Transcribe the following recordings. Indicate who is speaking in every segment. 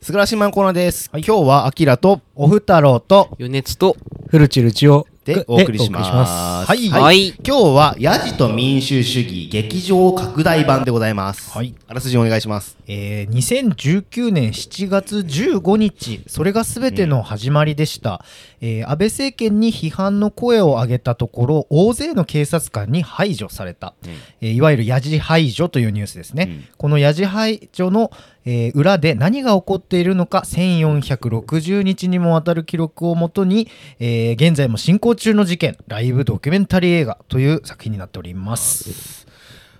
Speaker 1: すがらしマンコーナーです。
Speaker 2: はい
Speaker 1: 今日は、アキラと、
Speaker 2: おふたろうと、
Speaker 3: 余熱と、
Speaker 2: フルチルチオ
Speaker 1: でお送りします。
Speaker 2: はい。
Speaker 3: すはい
Speaker 1: 今日は、ヤジと民主主義劇場拡大版でございます。
Speaker 2: はい
Speaker 1: あらすじお願いします。
Speaker 2: えー2019年7月15日、それがすべての始まりでした、えー安倍政権に批判の声を上げたところ、大勢の警察官に排除された、えーいわゆるヤジ排除というニュースですね。
Speaker 1: うん
Speaker 2: このヤジ排除の、えー裏で何が起こっているのか、1460日にもわたる記録をもとに、えー現在も進行中の事件、ライブドキュメンタリー映画という作品になっております。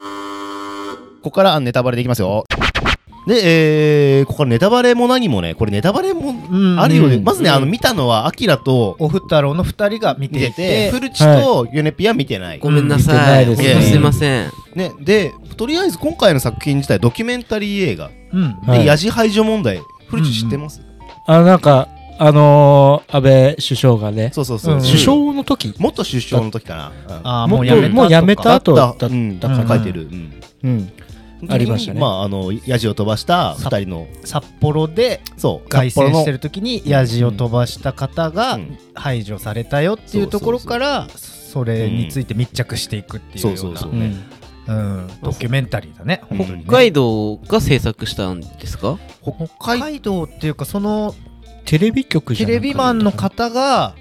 Speaker 1: ここからネタバレでいきますよ。で、えー、ここからネタバレも何もね、これネタバレも
Speaker 2: ん
Speaker 1: あるよね。
Speaker 2: うん
Speaker 1: まずね、あの、見たのは、アキラと、
Speaker 2: おふたろうの2人が見て
Speaker 1: 見
Speaker 2: い
Speaker 1: て
Speaker 2: て
Speaker 1: て、、フルチとヨネピは見てない。
Speaker 3: ごめんなさい。本
Speaker 4: 見て
Speaker 3: 当
Speaker 1: ないですね
Speaker 3: すいません。
Speaker 1: ね、で、とりあえず今回の作品自体、ドキュメンタリー映画。
Speaker 2: うん、
Speaker 4: は
Speaker 1: で、
Speaker 4: い
Speaker 1: ヤジ排除問題。フルチ知ってます
Speaker 4: あなんか、あのー、安倍首相がね、
Speaker 1: そうそうそうう。
Speaker 2: ん
Speaker 4: 首相の時
Speaker 1: 元首相の時かな。
Speaker 2: あー
Speaker 4: も
Speaker 2: も
Speaker 4: っ
Speaker 2: う
Speaker 4: と
Speaker 2: やめた
Speaker 4: もうやめ
Speaker 2: とか
Speaker 4: た後だった
Speaker 1: う
Speaker 4: か
Speaker 1: ん
Speaker 4: ら、
Speaker 2: うん
Speaker 1: 書いてる。うん
Speaker 4: うんありましたね
Speaker 1: まあ、あの、ヤジを飛ばした二人の、
Speaker 2: 札幌で
Speaker 1: そう、
Speaker 2: 凱旋して
Speaker 1: る。
Speaker 2: る時にヤジを飛ばした方が
Speaker 1: うん
Speaker 2: 排除されたよっていうところからそれについて密着していくっていうよ
Speaker 1: そうう
Speaker 2: な
Speaker 1: そうそう
Speaker 4: うん
Speaker 2: うんドキュメンタリーだね
Speaker 1: うん
Speaker 2: 本当にね
Speaker 3: 北海道が制作したんですか
Speaker 2: 北海道っていうかその
Speaker 4: テレビ局じ
Speaker 2: テ
Speaker 4: ゃな
Speaker 2: レビマンの方が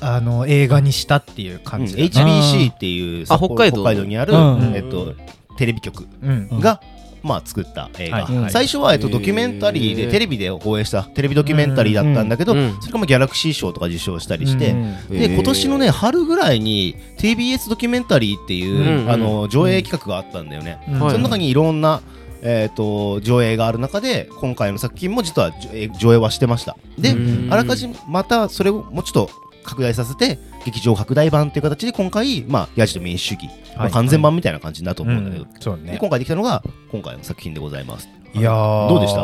Speaker 2: あの映画にしたっていう
Speaker 1: うん
Speaker 2: 感じだね
Speaker 1: HBC っていう、
Speaker 3: あ
Speaker 1: 札幌
Speaker 3: 北海道
Speaker 1: 北海道にある
Speaker 4: う、ん
Speaker 1: えっと、テレビ局
Speaker 2: うん
Speaker 1: が、まあ、作った映画、
Speaker 2: はい
Speaker 4: はい
Speaker 1: 最初は、えっと、
Speaker 3: へー
Speaker 1: ドキュメンタリーでテレビで放映したテレビドキュメンタリーだったんだけど、
Speaker 3: うん
Speaker 1: それがまあギャラクシー賞とか受賞したりして、
Speaker 4: うん
Speaker 1: で今年のね春ぐらいに TBS ドキュメンタリーっていう、
Speaker 3: うん
Speaker 1: あの上映企画があったんだよね、
Speaker 2: うん
Speaker 3: はい
Speaker 1: その中にいろんな、えー、と上映がある中で今回の作品も実は上映上映はしてましたで、
Speaker 3: うん
Speaker 1: あらかじめまたそれをもうちょっと拡大させて劇場拡大版っていう形で今回、まあ、ヤジと民主主義、まあ
Speaker 2: はい
Speaker 1: 完全版みたいな感じになると思うんだけど、
Speaker 2: うんそうね
Speaker 1: で今回できたのが今回の作品でございます。
Speaker 2: いやー
Speaker 1: どうでした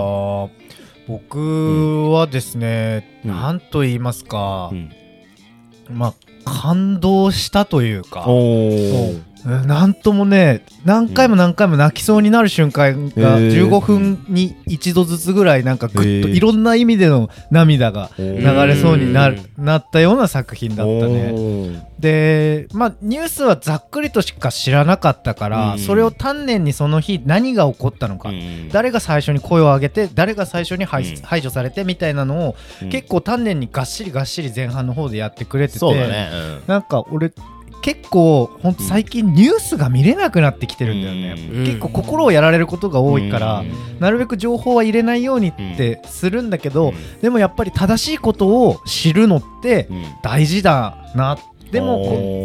Speaker 2: 僕はですね、
Speaker 1: うん
Speaker 2: なんと言いますか、
Speaker 1: うん
Speaker 2: まあ感動したというか、
Speaker 1: おー
Speaker 2: うんなんともね何回も何回も泣きそうになる瞬間が
Speaker 1: へー
Speaker 2: 15分に一度ずつぐらいなんかぐっと
Speaker 1: へー
Speaker 2: いろんな意味での涙が
Speaker 1: 流
Speaker 2: 流れそうになる
Speaker 3: う
Speaker 2: なったような作品だったね。
Speaker 1: ね。
Speaker 2: でまあニュースはざっくりとしか知らなかったから、
Speaker 1: うん
Speaker 2: それを丹念にその日何が起こったのか、誰が最初に声を上げて誰が最初に排,、
Speaker 1: うん
Speaker 2: 排除されてみたいなのを、結構丹念にがっしりがっしり前半の方でやってくれてて
Speaker 1: そうだね。うん
Speaker 2: なんか俺結構ほんと最近ニュースが見れなくなってきてるんだよね、
Speaker 3: うん
Speaker 2: 結構心をやられることが多いから、
Speaker 1: うん
Speaker 2: なるべく情報は入れないようにってするんだけど、でもやっぱり正しいことを知るのって
Speaker 1: うん
Speaker 2: 大事だなでも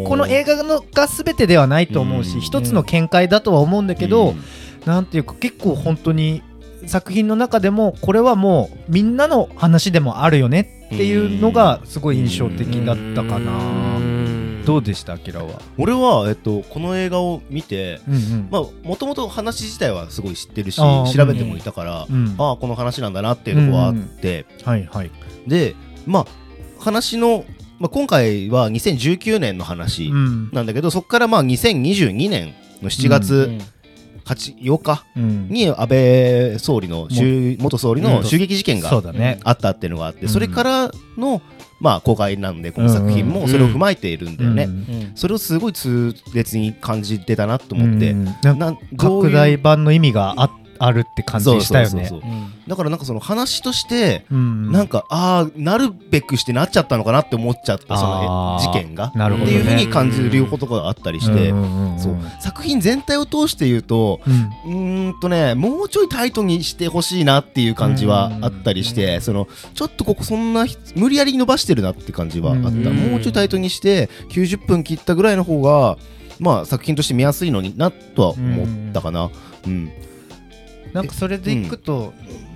Speaker 1: おー
Speaker 2: ここの映画のが全てではないと思う
Speaker 1: う
Speaker 2: し、
Speaker 1: ん
Speaker 2: 一つの見解だとは思うんだけど、
Speaker 1: うん
Speaker 2: なんていうか結構本当に作品の中でもこれはもうみんなの話でもあるよねっていうのがすごい印象的だったかな。どうでしたアキラは。
Speaker 1: 俺は、えっと、この映画を見て、
Speaker 2: うんうん
Speaker 1: まあ、もともと話自体はすごい知ってるし、
Speaker 2: あー
Speaker 1: 調べてもいたから、
Speaker 2: うん
Speaker 1: ああ、この話なんだなっていうとこはあって、
Speaker 2: はいはい。
Speaker 1: で、まあ、話の、まあ、今回は2019年の話
Speaker 2: うん
Speaker 1: なんだけど、そこからまあ2022年の7月8 8日
Speaker 2: うん
Speaker 1: に安倍総理の襲元総理の襲撃事件が
Speaker 2: そうだね。
Speaker 1: あったっていうのがあっ
Speaker 2: う
Speaker 1: て
Speaker 2: ん
Speaker 1: それからのまあ公開なんでこの作品
Speaker 3: うん
Speaker 1: も
Speaker 3: うん
Speaker 1: それを踏まえているんだよね、
Speaker 2: うん
Speaker 4: うん
Speaker 1: それをすごい痛烈に感じてたなと思って、
Speaker 2: うんなんか
Speaker 1: なんどう
Speaker 2: 拡
Speaker 1: いう
Speaker 2: 大版の意味がああるって感じしたよ
Speaker 1: そうそう
Speaker 2: ね
Speaker 1: そう。そう
Speaker 4: うん
Speaker 1: だからなんかその話として
Speaker 2: な
Speaker 1: なんかああなるべくしてなっちゃったのかなって思っちゃったその
Speaker 2: あー
Speaker 1: 事件が
Speaker 2: なるほ
Speaker 1: っ
Speaker 2: ど
Speaker 1: ていうふう
Speaker 2: ね。
Speaker 1: に感じることがあったりして、そう作品全体を通して言うと
Speaker 2: うん
Speaker 1: うーんとねもうちょいタイトにしてほしいなっていう感じはあったりして、そのちょっとここそんなひ無理やり伸ばしてるなって感じはあった、
Speaker 2: うん
Speaker 1: もうちょいタイトにして90分切ったぐらいの方がまあ作品として見やすいのになとは思ったかな、うん
Speaker 2: なんかそれでいくと、
Speaker 1: うん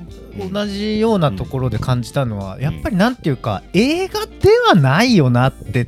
Speaker 2: 同じようなところで感じたのは、
Speaker 1: ん
Speaker 2: やっぱりなんていうか映画ではないよなって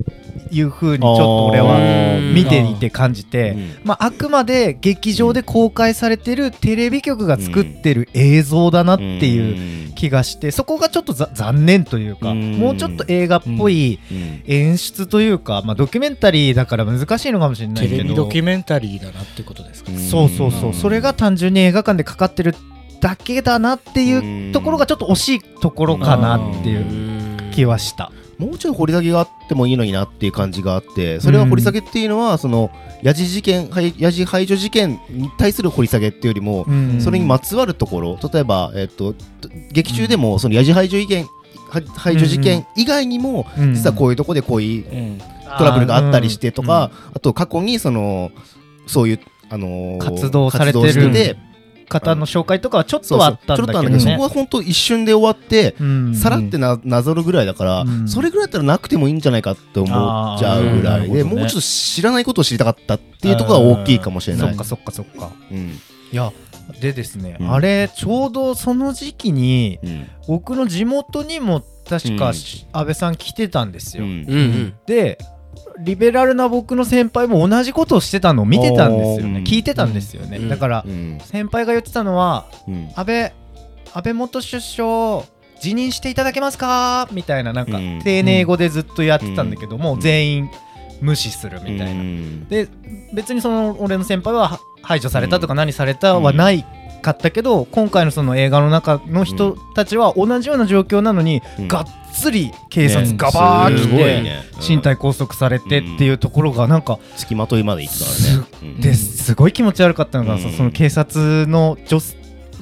Speaker 2: いうふうにちょっと俺は
Speaker 3: うん
Speaker 2: 見ていて感じ
Speaker 1: う
Speaker 2: て、
Speaker 1: ん
Speaker 2: まあ、あくまで劇場で公開されてるテレビ局が作ってる映像だなっていう
Speaker 1: うん
Speaker 2: 気がしてそこがちょっとざ残念というか、
Speaker 1: うん
Speaker 2: もうちょっと映画っぽい
Speaker 1: うん
Speaker 2: 演出というか、まあ、ドキュメンタリーだから難しいのかもしれないけ
Speaker 4: テ
Speaker 2: ど
Speaker 4: レビドキュメンタリーだなってことですか
Speaker 1: うん
Speaker 2: そうそうそうう、
Speaker 1: ん
Speaker 2: それが単純に映画館でかかってるだけだなっていうところがちょっと惜しいところかなっていううん気はした。
Speaker 1: もうちょい掘り下げがあってもいいのになっていう感じがあってそれは掘り下げっていうのはそのヤジ事件はいヤジ排除事件に対する掘り下げっていうよりも
Speaker 2: うん
Speaker 1: それにまつわるところ例えば、えっと劇中でもそのヤジ排除意見は排除事件以外にも
Speaker 2: うん
Speaker 1: 実はこういうとこでこういう
Speaker 4: うん
Speaker 1: トラブルがあったりしてとか、あと過去にそのそういう、あのー
Speaker 2: 活動されてる
Speaker 1: 活動してて
Speaker 2: 方の紹介とかはちょっ
Speaker 1: そう
Speaker 2: と
Speaker 1: そ
Speaker 2: はあ
Speaker 1: う
Speaker 2: っ
Speaker 1: ちょ
Speaker 2: た
Speaker 1: っ
Speaker 2: んだ
Speaker 1: と
Speaker 2: け
Speaker 1: あ
Speaker 2: ど
Speaker 1: るんだ
Speaker 2: ね。
Speaker 1: けどそこは本当一瞬で終わって、
Speaker 2: うん
Speaker 1: さらってななぞるぐらいだから、
Speaker 2: うん
Speaker 1: それぐらいだったらなくてもいいんじゃないかって思っちゃうぐらいで、
Speaker 4: あーなるほどね
Speaker 1: もうちょっと知らないことを知りたかったっていうところが大きいかもしれ
Speaker 2: そ
Speaker 1: な
Speaker 2: っ
Speaker 1: い
Speaker 2: か。そっかそっか。
Speaker 1: うん
Speaker 2: いやでですね、
Speaker 1: うん
Speaker 2: あれちょうどその時期に
Speaker 1: うん
Speaker 2: 僕の地元にも確
Speaker 1: う
Speaker 2: か
Speaker 1: ん
Speaker 2: 安倍さん来てたんです
Speaker 1: う
Speaker 2: よ。
Speaker 1: ん
Speaker 3: うんうん
Speaker 2: でリベラルな僕の先輩も同じことをしてたのを見てたんですよね
Speaker 1: おー
Speaker 2: 聞いてたんですよね、
Speaker 3: うん
Speaker 2: だから
Speaker 1: うん
Speaker 2: 先輩が言ってたのは
Speaker 1: うん
Speaker 2: 安倍安倍元首相辞任していただけますかみたいななんか
Speaker 1: うん
Speaker 2: 丁寧語でずっとやってたんだけども、
Speaker 1: ん
Speaker 2: 全員無視するみたいな、
Speaker 1: うん
Speaker 2: で別にその俺の先輩はは排除されたとか何されたはないかったけど、今回のその映画の中の人たちは同じような状況なのに、
Speaker 1: うん
Speaker 2: がっつり警察
Speaker 4: ね
Speaker 2: ガバー来
Speaker 4: 飽き
Speaker 1: す
Speaker 2: て、
Speaker 1: ごいねうん
Speaker 2: 身体拘束されてっていうところがなんか、
Speaker 1: 付きまといまでいくからねうん。
Speaker 2: ですすごい気持ち悪かったのが、
Speaker 1: うん
Speaker 2: その警察の女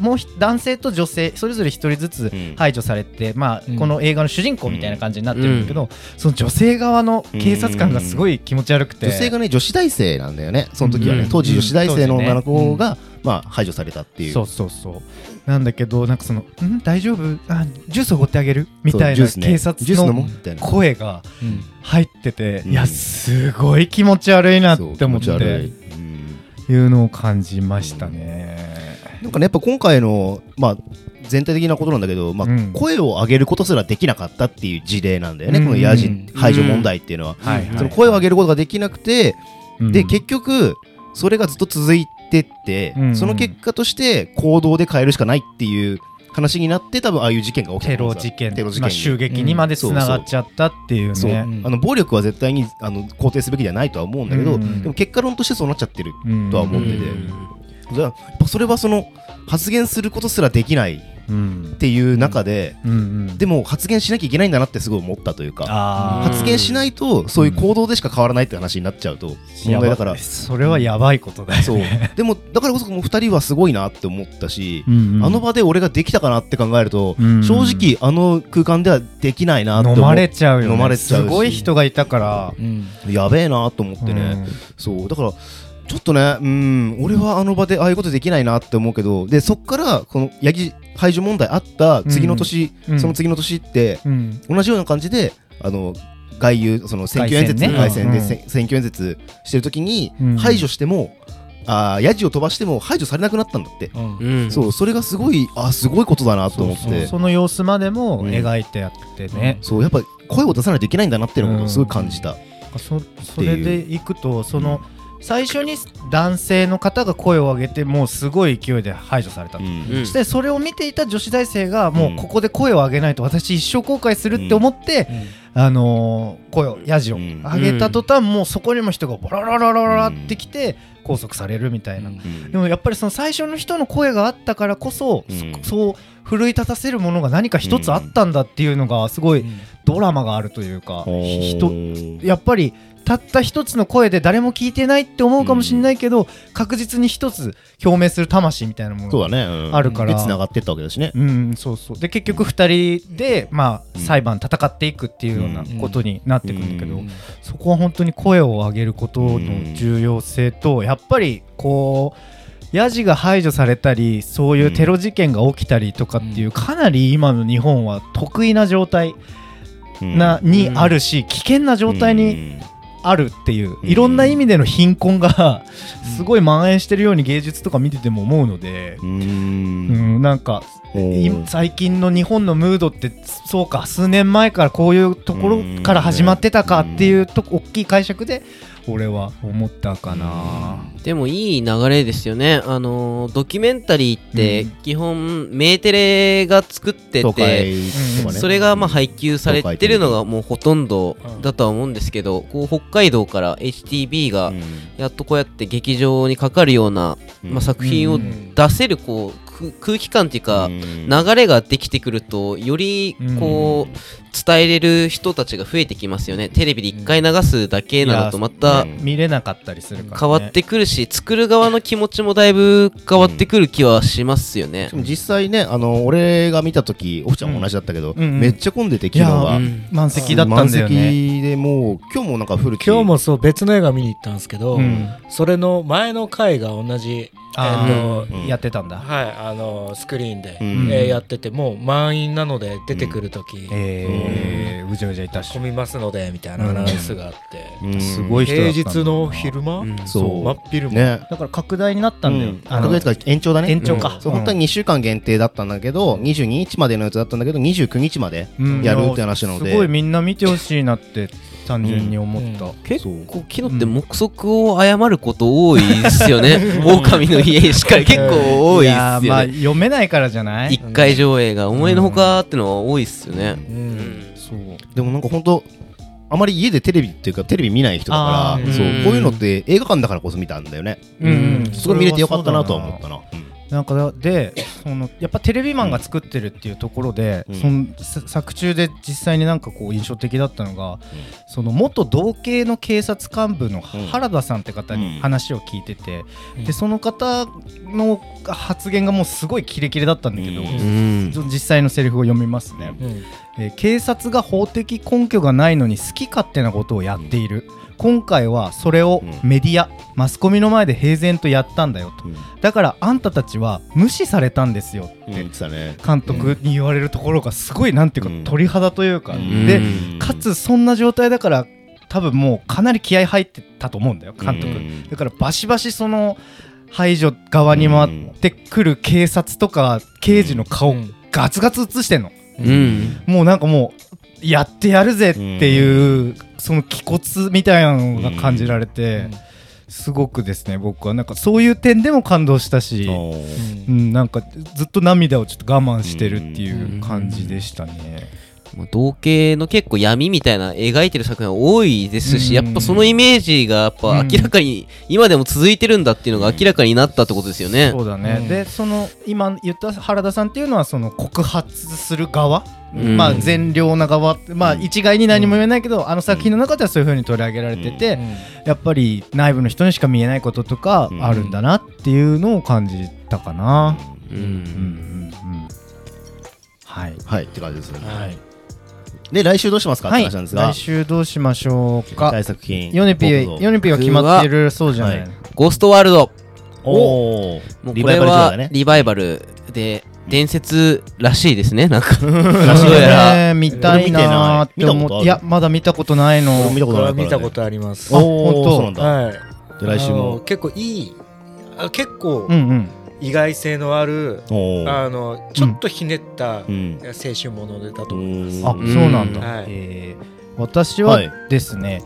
Speaker 2: もうひ男性と女性それぞれ一人ずつ
Speaker 1: うん
Speaker 2: 排除されて、まあ
Speaker 4: うん
Speaker 2: この映画の主人公みたいな感じになってるんだけど、その女性側の警察官がすごい気持ち悪くて、
Speaker 1: 女性がね女子大生なんだよねその時は
Speaker 3: う
Speaker 1: ね
Speaker 3: ん
Speaker 1: 当時女子大生の
Speaker 2: うん
Speaker 1: 女の子がまあ排除されたっていう
Speaker 2: そうそうそうなんだけどなんかその「ん大丈夫あジュースおごってあげる?」みたい
Speaker 1: ジュ
Speaker 2: な
Speaker 1: ースね
Speaker 2: 警
Speaker 1: ジュース
Speaker 2: 察
Speaker 1: 飲
Speaker 2: の
Speaker 1: もうみたいな
Speaker 2: 声が
Speaker 4: うん
Speaker 2: 入ってて、
Speaker 1: うん
Speaker 2: いやすごい気持ち悪いなって
Speaker 1: そう
Speaker 2: 思っ
Speaker 1: 気持ち悪い
Speaker 2: て
Speaker 1: うん
Speaker 2: いうのを感じましたね。
Speaker 1: なんかねやっぱ今回のまあ全体的なことなんだけどまあ
Speaker 2: うん
Speaker 1: 声を上げることすらできなかったっていう事例なんだよね
Speaker 2: うん
Speaker 1: このヤジ排除問題っていうのは
Speaker 2: はいはい
Speaker 1: その声を上げることができなくて
Speaker 2: うん
Speaker 1: で結局それがずっと続いてって
Speaker 2: うん
Speaker 1: その結果として行動で変えるしかないっていう話になって多分ああいう事件が起きた
Speaker 2: テロ事件
Speaker 1: テロ事
Speaker 2: ま
Speaker 1: 件
Speaker 2: あ、
Speaker 1: に
Speaker 2: 襲撃にまでつながっちゃったっていう
Speaker 1: そう、
Speaker 2: ね。
Speaker 1: あの暴力は絶対にあの肯定すべきではないとは思うんだけど、
Speaker 2: うん
Speaker 1: でも結果論としてそうなっちゃってる
Speaker 2: うん
Speaker 1: とは思ってて、じゃあやっぱそれはその発言することすらできないっ
Speaker 2: うん
Speaker 1: ていう中で、
Speaker 2: うんうん、
Speaker 1: でも発言しなきゃいけないんだなってすごい思ったというか
Speaker 2: あ
Speaker 1: 発言しないとそういう行動でしか変わらないって話になっちゃうと
Speaker 2: ー
Speaker 1: 問題だから
Speaker 2: やばそれはやばいことだよ、
Speaker 1: そうでもだからこそもう2人はすごいなって思ったし、
Speaker 2: うんうん
Speaker 1: あの場で俺ができたかなって考えると、
Speaker 2: うん
Speaker 1: 正直あの空間ではできないなって
Speaker 2: 飲
Speaker 1: 思
Speaker 2: ま
Speaker 1: っ
Speaker 2: れちゃうよ、ね、
Speaker 1: 飲まれちゃうし
Speaker 2: すごい人がいたから、
Speaker 4: うん
Speaker 1: やべえなと思ってね。
Speaker 2: うん
Speaker 1: そうだからちょっとねうん俺はあの場でああいうことできないなって思うけどでそっからこのヤギ排除問題あった次の年、
Speaker 2: うん
Speaker 1: その次の年って
Speaker 2: うん
Speaker 1: 同じような感じであの外遊その選挙演説
Speaker 2: 外
Speaker 4: 旋
Speaker 1: 外旋
Speaker 4: ね
Speaker 1: で、
Speaker 2: うん
Speaker 1: せ選挙演説してる時に
Speaker 2: うん
Speaker 1: 排除しても、あーヤジを飛ばしても排除されなくなったんだって、
Speaker 4: うん
Speaker 3: うん
Speaker 1: そうそれがすごいあすごいことだなと思って
Speaker 4: そうそう
Speaker 2: その様子までも
Speaker 1: うん
Speaker 2: 描いてやってね、
Speaker 1: そうやっぱ声を出さないといけないんだなっていうのをすごい感じた、
Speaker 2: そそれでいくとその最初に男性の方が声を上げてもうすごい勢いで排除されたと、
Speaker 3: うん
Speaker 2: そしてそれを見ていた女子大生がもううんここで声を上げないと私一生後悔するって思って、あのー声をヤジを
Speaker 1: うん
Speaker 2: 上げた途端もうそこにも人がボララララララってきて拘束されるみたいな、
Speaker 1: うん
Speaker 2: でもやっぱりその最初の人の声があったからこそ、
Speaker 1: うん
Speaker 2: そそう奮い立たせるものが何か一つあったんだっていうのがすごいドラマがあるというか、ひ人やっぱりたった一つの声で誰も聞いてないって思うかもしれないけど、確実に一つ表明する魂みたいなもの
Speaker 1: そう
Speaker 2: が
Speaker 1: だね、うん
Speaker 2: あるから
Speaker 1: で繋がってったわけだしね
Speaker 2: うん、そうそうで結局2人で、まあ、
Speaker 1: うん
Speaker 2: 裁判戦っていくっていうような
Speaker 4: うん
Speaker 2: ことになってくるんだけど、
Speaker 1: う
Speaker 2: そこは本当に声を上げることの重要性と、やっぱりこうヤジが排除されたりそういうテロ事件が起きたりとかっていう、
Speaker 4: うん
Speaker 2: かなり今の日本は得意な状態
Speaker 1: うん
Speaker 2: な、にあるし危険な状態にあるっていう
Speaker 1: うん
Speaker 2: いろんな意味での貧困が
Speaker 4: うん
Speaker 2: すごい蔓延してるように芸術とか見てても思うので
Speaker 1: う、ん、
Speaker 2: う
Speaker 1: うん
Speaker 2: ん、なんか
Speaker 1: お
Speaker 2: い
Speaker 1: ー
Speaker 2: 最近の日本のムードってそうか数年前からこういうところから始まってたかっていうと大きい解釈で俺は思ったかな。
Speaker 3: でもいい流れですよねあのードキュメンタリーって
Speaker 2: うん
Speaker 3: 基本メーテレが作って
Speaker 1: 東
Speaker 3: て
Speaker 1: 海とかね
Speaker 3: それがまあ配給されてるのがもうほとんどだとは思うんですけどこう北海道から HTB が
Speaker 1: うん
Speaker 3: やっとこうやって劇場にかかるような、
Speaker 1: うん
Speaker 3: まあ、作品を
Speaker 2: うん
Speaker 3: 出せるこうく空気感っていうか、
Speaker 1: うん
Speaker 3: 流れができてくるとよりこう伝えれる人たちが増えてきますよねテレビで一回流すだけなのと
Speaker 2: うん
Speaker 3: また
Speaker 1: いや
Speaker 2: 見れなかったりするから、ね、
Speaker 3: 変わってくるし作る側の気持ちもだいぶ変わってくる気はしますよね
Speaker 1: でも実際ねあの俺が見た時オフちゃんも同じだったけど、
Speaker 2: うんうん
Speaker 1: めっちゃ混んでて昨日
Speaker 3: う
Speaker 1: は
Speaker 3: ん
Speaker 2: 満席だったんだよ
Speaker 1: 満
Speaker 2: ね
Speaker 1: 席でもう今日もなんかフル
Speaker 4: 今日もそう別の映画見に行ったんですけど、
Speaker 2: うん
Speaker 4: それの前の回が同じ、
Speaker 2: あ
Speaker 4: え
Speaker 2: ー
Speaker 4: っ
Speaker 1: うん
Speaker 2: やってたんだ、
Speaker 4: はい、あのスクリーンで、
Speaker 1: うん
Speaker 4: えーやっててもう満員なので出てくる時、
Speaker 2: えーうじゃうじゃいたし
Speaker 4: 混みますのでみたいなアナウンスがあって、
Speaker 1: うん
Speaker 2: すごい人だ
Speaker 4: 平
Speaker 2: ったんだな
Speaker 4: 日の昼間、
Speaker 3: うん
Speaker 1: そう
Speaker 4: 真っ昼間、
Speaker 1: ね
Speaker 2: だから拡大になったんだよ、あの
Speaker 1: 特別会延長だね
Speaker 2: 延長か、
Speaker 1: そう本当は2週間限定だったんだけど22日までのやつだったんだけど29日まで
Speaker 2: うん
Speaker 1: やるって話なので、
Speaker 2: すごいみんな見てほしいなって単純に思った、
Speaker 4: うんうん
Speaker 3: 結
Speaker 1: そう
Speaker 3: 構昨日って目測を誤ること多いですよね狼の家しか結構多い
Speaker 2: い
Speaker 3: で
Speaker 2: や
Speaker 3: す
Speaker 2: ーまあ
Speaker 3: よね
Speaker 2: 読めないからじゃない
Speaker 3: 一回上映が思いのほかってのは多いっすよね
Speaker 4: う
Speaker 3: うんん
Speaker 2: そう
Speaker 1: でもなんか本当あまり家でテレビっていうかテレビ見ない人だ
Speaker 2: あ
Speaker 1: から
Speaker 2: ー
Speaker 1: そう
Speaker 3: うん
Speaker 1: こういうのって映画館だからこそ見たんだよね
Speaker 2: うん
Speaker 1: すごい見れてよかったなとは思ったな
Speaker 2: なんかでそのやっぱテレビマンが作ってるっていうところで、
Speaker 1: うん
Speaker 2: そのさ作中で実際になんかこう印象的だったのが、その元同系の警察幹部の原田さんって方
Speaker 1: うん
Speaker 2: に話を聞いてて、
Speaker 4: うん
Speaker 2: でその方の発言がもうすごいキレキレだったんだけど、
Speaker 1: うん
Speaker 3: うん
Speaker 2: ちょっと実際のセリフを読みますね、
Speaker 4: うん
Speaker 2: えー警察が法的根拠がないのに好き勝手なことをやっている、今回はそれを
Speaker 1: うん
Speaker 2: メディア、マスコミの前で平然とやったんだよと
Speaker 1: うん
Speaker 2: だからあんたたちは無視されたんですよ
Speaker 1: うん言ってたね
Speaker 2: 監督に言われるところがすごいなんていうか、
Speaker 1: うん
Speaker 2: 鳥肌というか、
Speaker 1: うん
Speaker 2: で
Speaker 3: うん
Speaker 2: かつそんな状態だから多分もうかなり気合入ってたと思うんだよ監督、
Speaker 1: うん
Speaker 2: だからバシバシその排除側に回ってくる警察とか刑事の顔
Speaker 4: うん
Speaker 2: ガツガツ映してんの
Speaker 3: うん
Speaker 2: もうなんかもうやってやるぜっていうその気骨みたいなのが感じられてすごくですね僕はなんかそういう点でも感動したし
Speaker 1: あ。ー
Speaker 2: う
Speaker 4: うん
Speaker 2: ん、なんかずっと涙をちょっと我慢してるっていう感じでしたね。
Speaker 3: まあ、同系の結構闇みたいな描いてる作品は多いですし、
Speaker 2: うん
Speaker 3: やっぱそのイメージがやっぱ明らかに今でも続いてるんだっていうのが明らかになったってことですよね。
Speaker 2: そうだね、
Speaker 4: うん
Speaker 2: でその今言った原田さんっていうのはその告発する側、
Speaker 3: うん
Speaker 2: まあ、善良な側、まあ、
Speaker 1: うん
Speaker 2: 一概に何も言えないけど、あの作品の中ではそういうふうに取り上げられてて、やっぱり内部の人にしか見えないこととか
Speaker 1: うん
Speaker 2: あるんだなっていうのを感じたかな。
Speaker 3: う
Speaker 2: うん
Speaker 3: ん
Speaker 2: うんうんはい
Speaker 1: はいって感じですね
Speaker 4: はい
Speaker 1: で来週どうしますかって
Speaker 2: はい、
Speaker 1: 話なんですが
Speaker 2: 来週どうしましょうか
Speaker 1: 大作品
Speaker 2: ヨネピーヨネピーは決まってるそうじゃない、
Speaker 1: はい
Speaker 3: ゴーストワールド、
Speaker 1: おお
Speaker 3: もう
Speaker 1: リ
Speaker 3: こ
Speaker 1: バイ
Speaker 3: れ
Speaker 1: バル上
Speaker 3: は
Speaker 1: だね
Speaker 3: リバイバルで伝説らしいですね、なんか。
Speaker 1: らしい
Speaker 3: どうやら
Speaker 2: ねえ見たいなーって
Speaker 1: 俺
Speaker 2: 思
Speaker 1: 見て
Speaker 2: っ
Speaker 1: ない
Speaker 2: ていやまだ見たことないの
Speaker 1: 俺も見たこ
Speaker 4: こと
Speaker 1: なから
Speaker 4: れはい見たこ
Speaker 1: ね
Speaker 4: とあります
Speaker 2: あ
Speaker 4: は
Speaker 1: おお
Speaker 2: 本当
Speaker 1: そうなんだ
Speaker 4: い
Speaker 1: で来週
Speaker 4: あの
Speaker 1: も
Speaker 4: 結構いいあ結構
Speaker 2: うんうん
Speaker 4: 意外性のある、
Speaker 1: おお
Speaker 4: あのちょっとひねった青
Speaker 1: うん
Speaker 4: 春ものだと思います、
Speaker 1: うん
Speaker 2: あそうなんだ、
Speaker 4: はい
Speaker 2: えー私は
Speaker 1: はい
Speaker 2: ですね、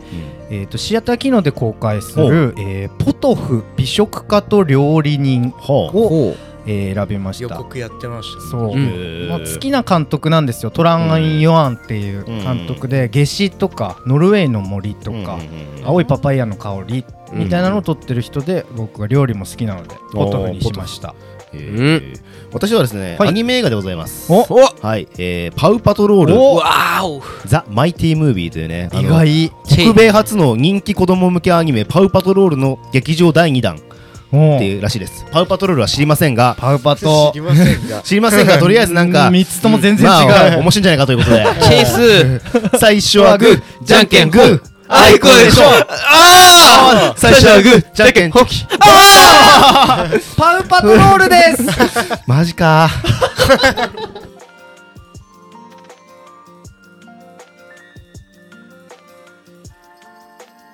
Speaker 2: えー、とシアター機能で公開する、えーポトフ美食家と料理人
Speaker 1: は
Speaker 2: を、
Speaker 3: こ
Speaker 2: えー選びまし
Speaker 4: 予
Speaker 2: た
Speaker 4: 告やってました
Speaker 2: そう、
Speaker 3: うん
Speaker 2: まあ、好きな監督なんですよトランアン・ヨアンっていう監督で「夏至」とか「ノルウェーの森」とか、青いパパイヤの香りみたいなのを撮ってる人で、僕は料理も好きなのでポトフにしました
Speaker 1: えー私はですね、
Speaker 2: はい
Speaker 1: アニメ映画でございます。
Speaker 2: お
Speaker 3: お
Speaker 1: はい、えーパウパトロー
Speaker 3: う
Speaker 1: ル、
Speaker 3: わーお
Speaker 1: ザ・マイティ・ムービーというね、あ
Speaker 2: 意
Speaker 1: の
Speaker 2: 外
Speaker 1: 北米初の人気子供向けアニメ、パウパトロールの劇場第2弾っ
Speaker 2: も
Speaker 1: ていうらしいです。パウパトロールは知りませんが、
Speaker 2: パウパと
Speaker 4: 知りませんが
Speaker 1: 知りませんが、とりあえずなん か、
Speaker 2: 3つとも全然違う、
Speaker 1: まあ、面白いんじゃないかということで、
Speaker 3: チ ェイス、
Speaker 1: 最初はグー、じゃんけんグー、あいこでしょ
Speaker 3: あ
Speaker 1: 最初はグー、じゃんけんホキ。
Speaker 2: パウパトロールです
Speaker 1: マジか